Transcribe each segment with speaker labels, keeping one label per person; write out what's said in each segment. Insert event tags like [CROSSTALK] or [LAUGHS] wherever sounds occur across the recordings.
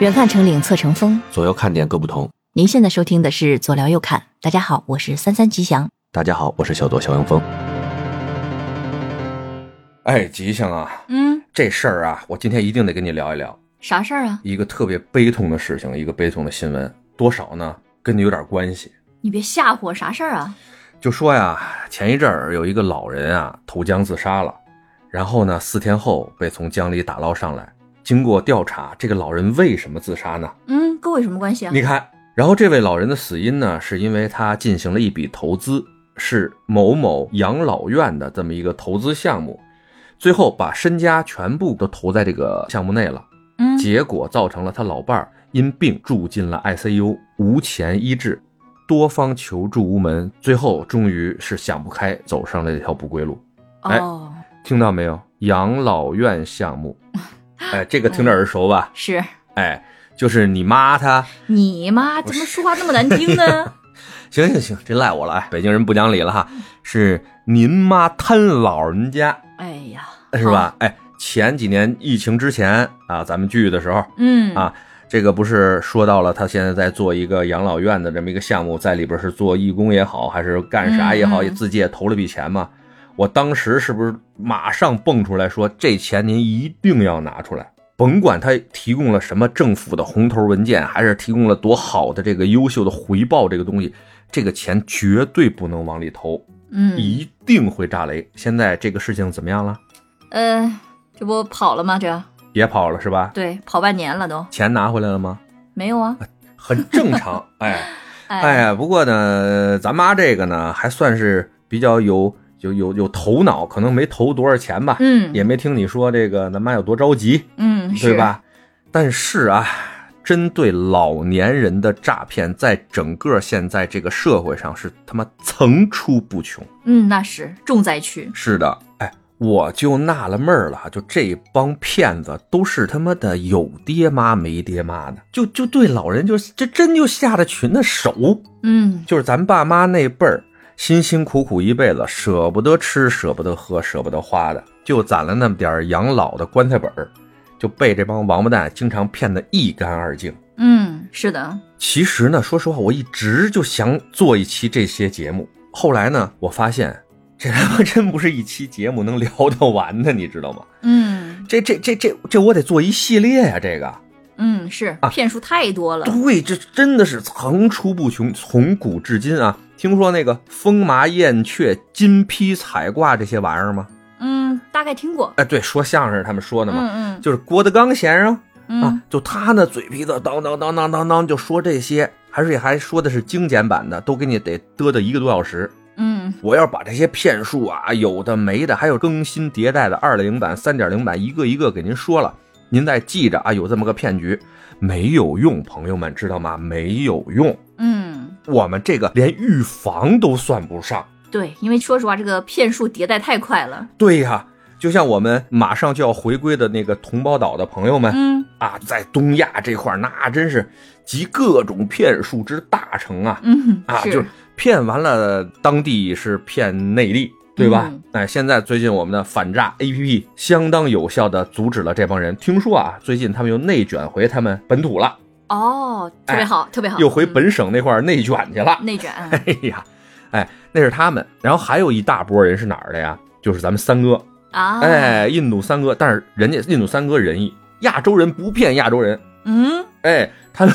Speaker 1: 远看成岭侧成峰，
Speaker 2: 左右看点各不同。
Speaker 1: 您现在收听的是左聊右看。大家好，我是三三吉祥。
Speaker 2: 大家好，我是小左肖阳峰。
Speaker 3: 哎，吉祥啊，
Speaker 1: 嗯，
Speaker 3: 这事儿啊，我今天一定得跟你聊一聊
Speaker 1: 啥事儿啊？
Speaker 3: 一个特别悲痛的事情，一个悲痛的新闻，多少呢，跟你有点关系。
Speaker 1: 你别吓唬我，啥事儿啊？
Speaker 3: 就说呀，前一阵儿有一个老人啊投江自杀了，然后呢，四天后被从江里打捞上来。经过调查，这个老人为什么自杀呢？
Speaker 1: 嗯，跟我有什么关系啊？
Speaker 3: 你看，然后这位老人的死因呢，是因为他进行了一笔投资，是某某养老院的这么一个投资项目，最后把身家全部都投在这个项目内了，
Speaker 1: 嗯
Speaker 3: 结果造成了他老伴儿因病住进了 ICU，无钱医治，多方求助无门，最后终于是想不开，走上了这条不归路。哎
Speaker 1: 哦，
Speaker 3: 听到没有？养老院项目，哎，这个听着耳熟吧？
Speaker 1: 是
Speaker 3: 哎，就是你妈她。
Speaker 1: 你妈怎么说话那么难听
Speaker 3: [LAUGHS]
Speaker 1: 呢？
Speaker 3: 行行行，这赖我了，哎，北京人不讲理了哈，是您妈贪老人家
Speaker 1: 哎呀，
Speaker 3: 是吧？哎，前几年疫情之前啊，咱们聚的时候，
Speaker 1: 嗯
Speaker 3: 啊这个不是说到了他现在在做一个养老院的这么一个项目，在里边是做义工也好，还是干啥也好，
Speaker 1: 嗯嗯
Speaker 3: 也自己也投了笔钱嘛。我当时是不是马上蹦出来说，这钱您一定要拿出来，甭管他提供了什么政府的红头文件，还是提供了多好的这个优秀的回报，这个东西，这个钱绝对不能往里投，
Speaker 1: 嗯
Speaker 3: 一定会炸雷。现在这个事情怎么样了？
Speaker 1: 呃，这不跑了吗？这
Speaker 3: 也跑了是吧？
Speaker 1: 对，跑半年了都
Speaker 3: 钱拿回来了吗？
Speaker 1: 没有啊？
Speaker 3: 很正常，哎。哎
Speaker 1: 哎，
Speaker 3: 呀，不过呢，咱妈这个呢，还算是比较有有有有头脑，可能没投多少钱吧，
Speaker 1: 嗯
Speaker 3: 也没听你说这个咱妈有多着急，
Speaker 1: 嗯，是
Speaker 3: 对？吧？但是啊，针对老年人的诈骗，在整个现在这个社会上是他妈层出不穷。
Speaker 1: 嗯，那是重灾区。
Speaker 3: 是的，哎，我就纳了闷儿了，啊就这帮骗子都是他妈的有爹妈没爹妈的，就就对老人就这真就下得群的手。
Speaker 1: 嗯
Speaker 3: 就是咱爸妈那辈儿，辛辛苦苦一辈子，舍不得吃，舍不得喝，舍不得花的，就攒了那么点儿养老的棺材本儿，就被这帮王八蛋经常骗得一干二净。
Speaker 1: 嗯，是的，
Speaker 3: 其实呢，说实话，我一直就想做一期这些节目，后来呢，我发现这他妈真不是一期节目能聊得完的，你知道吗？
Speaker 1: 嗯
Speaker 3: 这这这这这，我得做一系列呀、这个。
Speaker 1: 嗯，是
Speaker 3: 啊
Speaker 1: 骗术太多了。
Speaker 3: 对，这真的是层出不穷，从古至今啊。听说那个风麻燕雀、金披彩挂这些玩意儿吗？
Speaker 1: 嗯，大概听过。
Speaker 3: 哎，对，说相声他们说的嘛，
Speaker 1: 嗯
Speaker 3: 就是郭德纲先生
Speaker 1: 嗯
Speaker 3: 啊，就他那嘴皮子当当当当当当就说这些，而且还说的是精简版的，都给你得嘚嘚一个多小时。
Speaker 1: 嗯
Speaker 3: 我要把这些骗术啊，有的没的，还有更新迭代的二点零版、三点零版，一个一个给您说了，您再记着啊，有这么个骗局，没有用，朋友们知道吗？没有用，
Speaker 1: 嗯，
Speaker 3: 我们这个连预防都算不上。
Speaker 1: 对，因为说实话，这个骗术迭代太快了。
Speaker 3: 对呀、就像我们马上就要回归的那个同胞岛的朋友们、
Speaker 1: 嗯
Speaker 3: 啊，在东亚这块儿那真是集各种骗术之大成啊！
Speaker 1: 嗯
Speaker 3: 啊，就是骗完了当地是骗内地，对吧？
Speaker 1: 嗯
Speaker 3: 哎，现在最近我们的反诈 APP 相当有效的阻止了这帮人。听说啊，最近他们又内卷回他们本土了，
Speaker 1: 哦，特别好，特别好，
Speaker 3: 哎又回本
Speaker 1: 嗯
Speaker 3: 省那块儿内卷去了。
Speaker 1: 内卷。
Speaker 3: 哎呀，哎，那是他们。然后还有一大波人是哪儿的呀？就是咱们三哥，
Speaker 1: 啊，，
Speaker 3: 哎，印度三哥。但是人家印度三哥仁义，亚洲人不骗亚洲人，
Speaker 1: 嗯，
Speaker 3: 哎，他们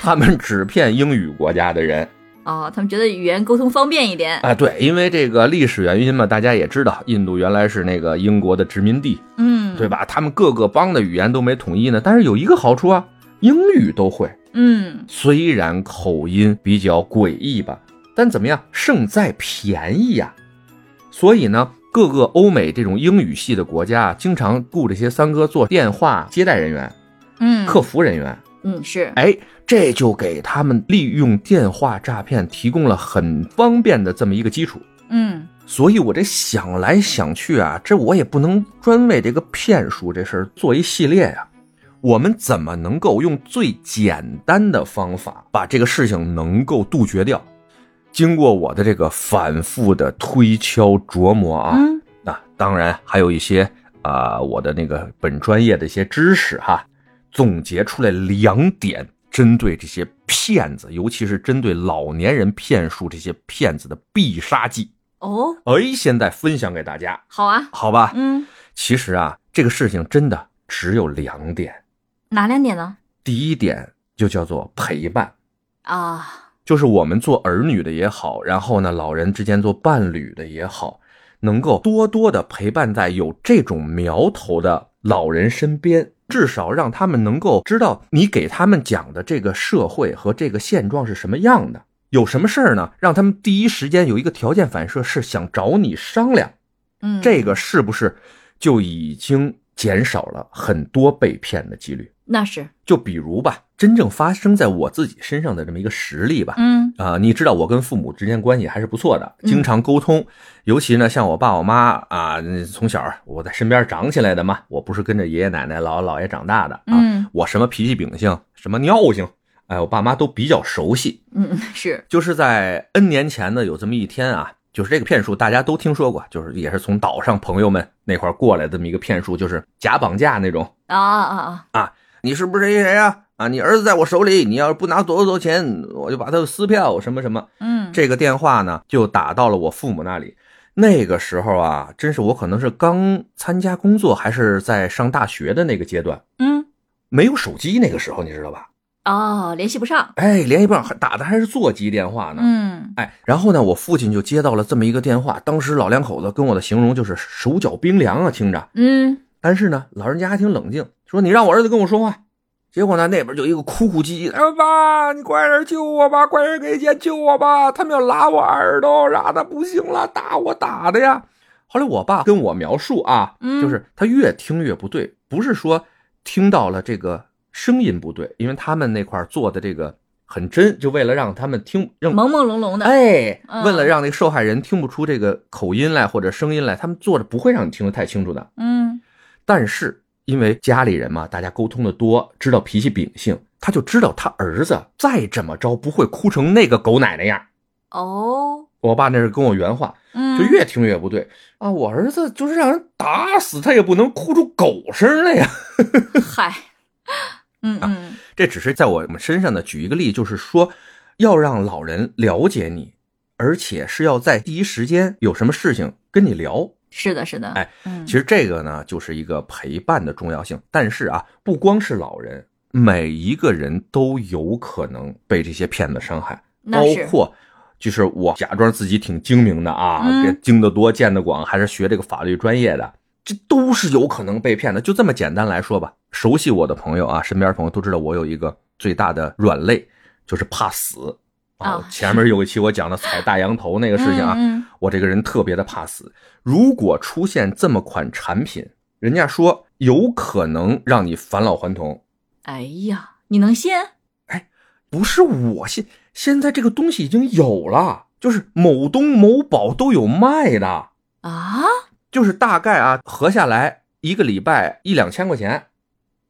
Speaker 3: 他们只骗英语国家的人。
Speaker 1: 哦，他们觉得语言沟通方便一点。
Speaker 3: 啊，对，因为这个历史原因嘛，大家也知道，印度原来是那个英国的殖民地，
Speaker 1: 嗯，
Speaker 3: 对？吧？他们各个邦的语言都没统一呢，但是有一个好处啊，英语都会，
Speaker 1: 嗯，
Speaker 3: 虽然口音比较诡异吧，但怎么样，胜在便宜呀、所以呢，各个欧美这种英语系的国家啊，经常雇这些三哥做电话接待人员、
Speaker 1: 嗯，
Speaker 3: 客服人员，
Speaker 1: 嗯是，
Speaker 3: 哎，这就给他们利用电话诈骗提供了很方便的这么一个基础。
Speaker 1: 嗯
Speaker 3: 所以我这想来想去啊，这我也不能专为这个骗术这事儿做一系列呀、我们怎么能够用最简单的方法把这个事情能够杜绝掉？经过我的这个反复的推敲琢磨啊，
Speaker 1: 嗯
Speaker 3: 呃那当然还有一些啊、我的那个本专业的一些知识哈，总结出来两点，针对这些骗子，尤其是针对老年人骗术这些骗子的必杀技。
Speaker 4: 哦，
Speaker 3: 哎，现在分享给大家，
Speaker 4: 好啊，
Speaker 3: 好吧？
Speaker 4: 嗯，
Speaker 3: 其实啊，这个事情真的只有两点。
Speaker 4: 哪两点呢？
Speaker 3: 第一点就叫做陪伴，
Speaker 4: 啊，
Speaker 3: 就是我们做儿女的也好，然后呢，老人之间做伴侣的也好，能够多多的陪伴在有这种苗头的老人身边，至少让他们能够知道你给他们讲的这个社会和这个现状是什么样的。有什么事儿呢？让他们第一时间有一个条件反射，是想找你商量，
Speaker 4: 嗯，
Speaker 3: 这个是不是就已经减少了很多被骗的几率？
Speaker 4: 那是，
Speaker 3: 就比如吧，真正发生在我自己身上的这么一个实例吧，
Speaker 4: 嗯
Speaker 3: 啊、你知道我跟父母之间关系还是不错的，
Speaker 4: 嗯
Speaker 3: 经常沟通，尤其呢，像我爸我妈啊、嗯从小我在身边长起来的嘛，我不是跟着爷爷奶奶、姥姥姥爷长大的啊，
Speaker 4: 嗯
Speaker 3: 我什么脾气秉性、什么尿性，哎，我爸妈都比较熟悉。
Speaker 4: 嗯是，
Speaker 3: 就是在 N 年前呢，有这么一天啊，就是这个骗术大家都听说过，就是也是从岛上朋友们那块儿过来的这么一个骗术，就是假绑架那种，
Speaker 4: 啊啊啊，
Speaker 3: 你是不是谁谁谁啊？啊，你儿子在我手里，你要是不拿走多多钱，我就把他的撕票什么什么。
Speaker 4: 嗯，
Speaker 3: 这个电话呢，就打到了我父母那里。那个时候啊，真是我可能是刚参加工作，还是在上大学的那个阶段，
Speaker 4: 嗯
Speaker 3: 没有手机那个时候，你知道吧？
Speaker 4: 哦，联系不上，
Speaker 3: 哎，联系不上，还打的还是座机电话呢。
Speaker 4: 嗯
Speaker 3: 哎，然后呢，我父亲就接到了这么一个电话，当时老两口子跟我的形容就是手脚冰凉啊，听着。
Speaker 4: 嗯
Speaker 3: 但是呢，老人家还挺冷静，说你让我儿子跟我说话。结果呢，那边就一个哭哭唧唧的，哎爸，你快点救我吧，快点给钱救我吧，他们要拉我耳朵，拉的不行了，打我打的呀。后来我爸跟我描述啊，
Speaker 4: 嗯
Speaker 3: 就是他越听越不对，不是说听到了这个声音不对，因为他们那块儿做的这个很真，就为了让他们听让
Speaker 4: 朦朦胧胧的，
Speaker 3: 哎，
Speaker 4: 嗯
Speaker 3: 为了让那个受害人听不出这个口音来或者声音来，他们做的不会让你听得太清楚的。
Speaker 4: 嗯
Speaker 3: 但是因为家里人嘛，大家沟通的多，知道脾气秉性，他就知道他儿子再怎么着不会哭成那个狗奶奶样。
Speaker 4: 哦，
Speaker 3: 我爸那是跟我原话，
Speaker 4: 嗯，
Speaker 3: 就越听越不对、啊！我儿子就是让人打死他也不能哭出狗声来呀。 [LAUGHS]
Speaker 4: 嗨， [LAUGHS] 嗯嗯
Speaker 3: 这只是在我们身上的举一个例，就是说要让老人了解你，而且是要在第一时间有什么事情跟你聊，
Speaker 4: 是的是的，
Speaker 3: 哎
Speaker 4: 嗯，
Speaker 3: 其实这个呢，就是一个陪伴的重要性。但是啊，不光是老人，每一个人都有可能被这些骗子伤害，包
Speaker 4: 那是
Speaker 3: 括。就是我假装自己挺精明的啊，
Speaker 4: 嗯
Speaker 3: 别经得多，见得广，还是学这个法律专业的，这都是有可能被骗的。就这么简单来说吧，熟悉我的朋友啊，身边朋友都知道我有一个最大的软肋，就是怕死
Speaker 4: 啊
Speaker 3: 前面有一期我讲的踩大羊头那个事情啊，
Speaker 4: 嗯
Speaker 3: 我这个人特别的怕死。如果出现这么款产品，人家说有可能让你返老还童，
Speaker 4: 哎呀，你能信？
Speaker 3: 不是我现现在这个东西已经有了，就是某东某宝都有卖的，
Speaker 4: 啊，
Speaker 3: 就是大概啊合下来一个礼拜一两千块钱，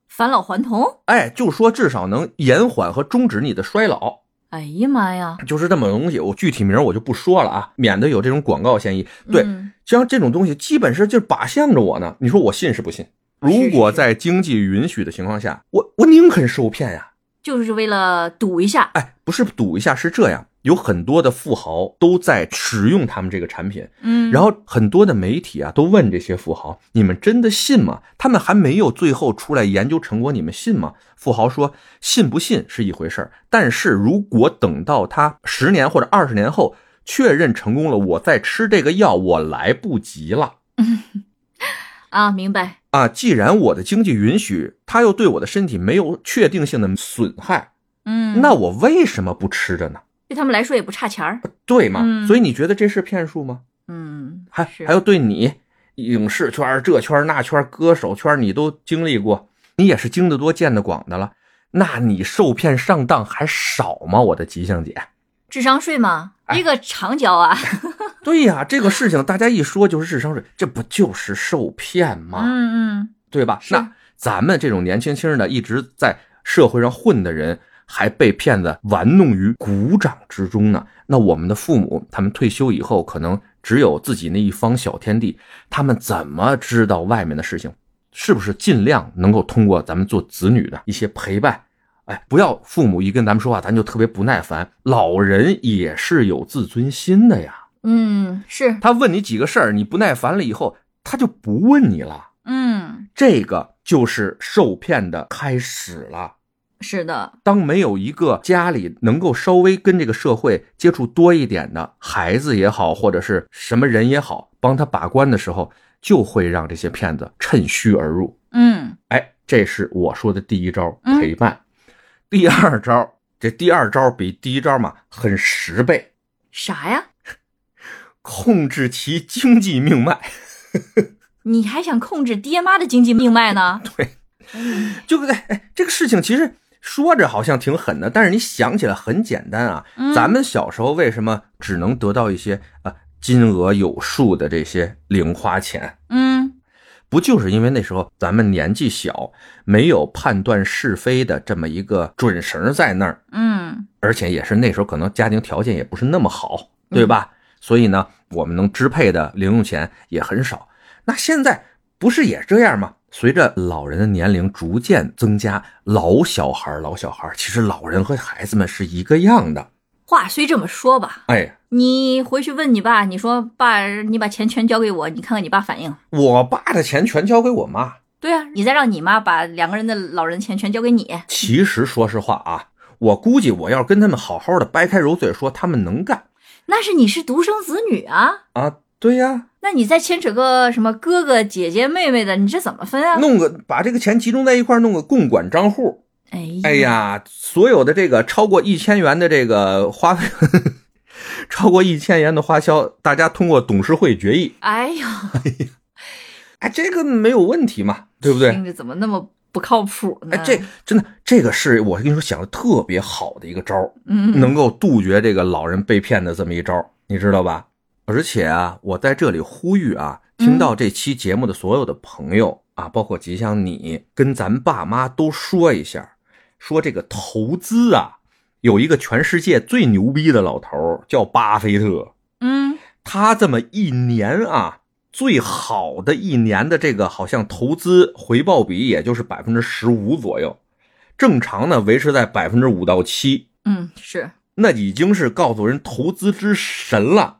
Speaker 4: 返老还童？
Speaker 3: 哎，就说至少能延缓和终止你的衰老。
Speaker 4: 哎呀妈呀！
Speaker 3: 就是这么东西，我具体名我就不说了啊，免得有这种广告嫌疑。对，
Speaker 4: 嗯
Speaker 3: 像这种东西，基本是就是靶向着我呢。你说我信是不信？如果在经济允许的情况下，我我宁肯受骗呀。
Speaker 4: 就是为了赌一下。
Speaker 3: 哎，不是赌一下，是这样，有很多的富豪都在使用他们这个产品，
Speaker 4: 嗯，
Speaker 3: 然后很多的媒体啊都问这些富豪：“你们真的信吗？”他们还没有最后出来研究成果，你们信吗？富豪说：“信不信是一回事儿，但是如果等到他十年或者二十年后确认成功了，我再吃这个药，我来不及了。”
Speaker 4: 啊，明白。
Speaker 3: 啊，既然我的经济允许，它又对我的身体没有确定性的损害，
Speaker 4: 嗯，
Speaker 3: 那我为什么不吃着呢？
Speaker 4: 对他们来说也不差钱儿。
Speaker 3: 对吗？
Speaker 4: 嗯
Speaker 3: 所以你觉得这是骗术吗？
Speaker 4: 嗯，
Speaker 3: 还
Speaker 4: 是
Speaker 3: 还有对你影视圈儿这圈儿那圈儿歌手圈儿你都经历过，你也是经得多见得广的了，那你受骗上当还少吗？我的吉祥姐，
Speaker 4: 智商税嘛，
Speaker 3: 哎
Speaker 4: 这个长交啊。
Speaker 3: 对呀，这个事情大家一说就是智商税，这不就是受骗吗？
Speaker 4: 嗯嗯，
Speaker 3: 对吧？
Speaker 4: 是
Speaker 3: 那咱们这种年轻轻的，一直在社会上混的人，还被骗子玩弄于股掌之中呢。那我们的父母，他们退休以后，可能只有自己那一方小天地，他们怎么知道外面的事情？是不是尽量能够通过咱们做子女的一些陪伴，哎，不要父母一跟咱们说话，咱就特别不耐烦。老人也是有自尊心的呀，
Speaker 4: 嗯，是，
Speaker 3: 他问你几个事儿，你不耐烦了以后，他就不问你了。
Speaker 4: 嗯，
Speaker 3: 这个就是受骗的开始了。
Speaker 4: 是的，
Speaker 3: 当没有一个家里能够稍微跟这个社会接触多一点的孩子也好，或者是什么人也好，帮他把关的时候，就会让这些骗子趁虚而入。
Speaker 4: 嗯
Speaker 3: 哎，这是我说的第一招
Speaker 4: 嗯
Speaker 3: 陪伴。第二招，这第二招比第一招嘛狠十倍，
Speaker 4: 啥呀？
Speaker 3: 控制其经济命脉。
Speaker 4: 你还想控制爹妈的经济命脉呢？
Speaker 3: 就对，哎，这个事情其实说着好像挺狠的，但是你想起来很简单啊。
Speaker 4: 嗯
Speaker 3: 咱们小时候为什么只能得到一些呃金额有数的这些零花钱？
Speaker 4: 嗯
Speaker 3: 不就是因为那时候咱们年纪小，没有判断是非的这么一个准绳儿在那儿，
Speaker 4: 嗯
Speaker 3: 而且也是那时候可能家庭条件也不是那么好，对吧？所以呢，我们能支配的零用钱也很少。那现在不是也这样吗？随着老人的年龄逐渐增加，老小孩儿老小孩儿，其实老人和孩子们是一个样的。
Speaker 4: 话虽这么说吧，
Speaker 3: 哎，
Speaker 4: 你回去问你爸，你说爸，你把钱全交给我，你看看你爸反应。
Speaker 3: 我爸的钱全交给我妈。
Speaker 4: 对啊，你再让你妈把两个人的老人钱全交给你，
Speaker 3: 其实说实话啊，我估计我要跟他们好好的掰开揉碎说，他们能干
Speaker 4: 那是你是独生子女啊。
Speaker 3: 啊。对呀、
Speaker 4: 那你再牵扯个什么哥哥、姐姐、妹妹的，你这怎么分啊？
Speaker 3: 弄个把这个钱集中在一块儿，弄个共管账户，
Speaker 4: 哎
Speaker 3: [LAUGHS] 哎，呀，所有的这个超过一千元的这个花费， [LAUGHS] 超过一千元的花销，大家通过董事会决议，
Speaker 4: 哎呀，
Speaker 3: 哎，这个没有问题嘛，对不对
Speaker 4: 听？着怎么那么不靠谱呢？
Speaker 3: 哎，这真的，这个是我跟你说想的特别好的一个招儿，
Speaker 4: 嗯
Speaker 3: 能够杜绝这个老人被骗的这么一招儿，你知道吧？而且啊，我在这里呼吁啊，听到这期节目的所有的朋友啊，包括吉祥你，跟咱爸妈都说一下，说这个投资啊，有一个全世界最牛逼的老头儿叫巴菲特，
Speaker 4: 嗯
Speaker 3: 他这么一年啊，最好的一年的这个好像投资回报比也就是百分之十五左右，正常呢维持在百分之五到七。
Speaker 4: 嗯是，
Speaker 3: 那已经是告诉人投资之神了。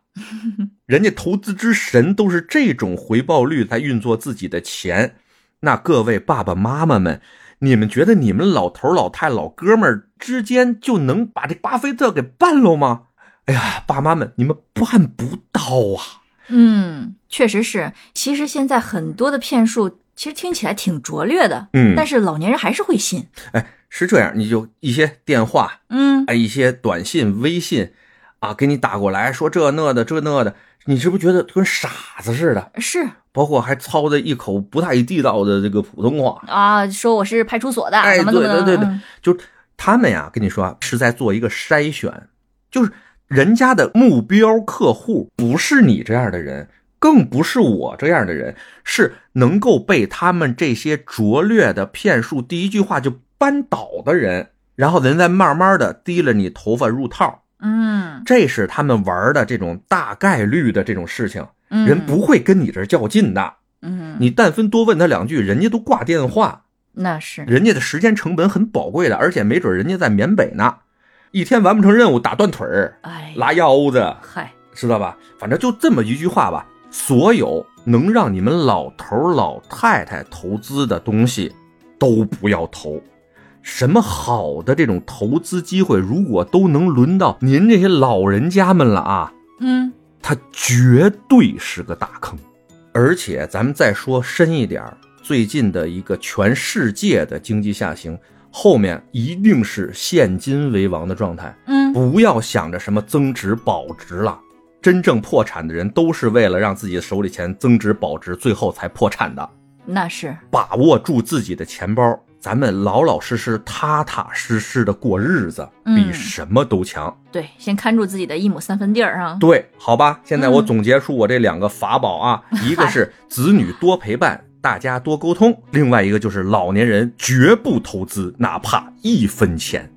Speaker 3: 人家投资之神都是这种回报率来运作自己的钱。那各位爸爸妈妈们，你们觉得你们老头老太老哥们儿之间就能把这巴菲特给办喽吗？哎呀，爸妈们，你们办不到啊！
Speaker 4: 嗯确实是。其实现在很多的骗术，其实听起来挺拙劣的，
Speaker 3: 嗯
Speaker 4: 但是老年人还是会信。
Speaker 3: 是这样，你就一些电话，
Speaker 4: 嗯
Speaker 3: 哎，一些短信、微信，啊，给你打过来说这那的这那的，你是不是觉得跟傻子似的？
Speaker 4: 是
Speaker 3: 包括还操着一口不太地道的这个普通话，
Speaker 4: 啊，说我是派出所的，
Speaker 3: 哎
Speaker 4: 怎么怎么
Speaker 3: 对对对对
Speaker 4: 嗯
Speaker 3: 就他们呀，跟你说啊是在做一个筛选，就是人家的目标客户不是你这样的人，更不是我这样的人，是能够被他们这些拙劣的骗术第一句话就扳倒的人，然后人再慢慢的提了你头发入套，
Speaker 4: 嗯
Speaker 3: 这是他们玩的这种大概率的这种事情，
Speaker 4: 嗯
Speaker 3: 人不会跟你这儿较劲的。
Speaker 4: 嗯
Speaker 3: 你但分多问他两句，人家都挂电话，
Speaker 4: 那是
Speaker 3: 人家的时间成本很宝贵的，而且没准人家在缅北呢，一天完不成任务打断腿儿、
Speaker 4: 哎
Speaker 3: 拉腰子，
Speaker 4: 嗨
Speaker 3: 知道吧？反正就这么一句话吧。所有能让你们老头儿老太太投资的东西，都不要投。什么好的这种投资机会，如果都能轮到您这些老人家们了啊，
Speaker 4: 嗯
Speaker 3: 它绝对是个大坑。而且咱们再说深一点儿，最近的一个全世界的经济下行，后面一定是现金为王的状态。
Speaker 4: 嗯
Speaker 3: 不要想着什么增值保值了，真正破产的人都是为了让自己手里钱增值保值，最后才破产的。
Speaker 4: 那是
Speaker 3: 把握住自己的钱包，咱们老老实实、踏踏实实的过日子，比
Speaker 4: 嗯
Speaker 3: 什么都强。
Speaker 4: 对，先看住自己的一亩三分地儿啊。
Speaker 3: 对，好吧，现在我
Speaker 4: 嗯
Speaker 3: 总结出我这两个法宝啊，一个是子女多陪伴，大家多沟通；另外一个就是老年人绝不投资，哪怕一分钱。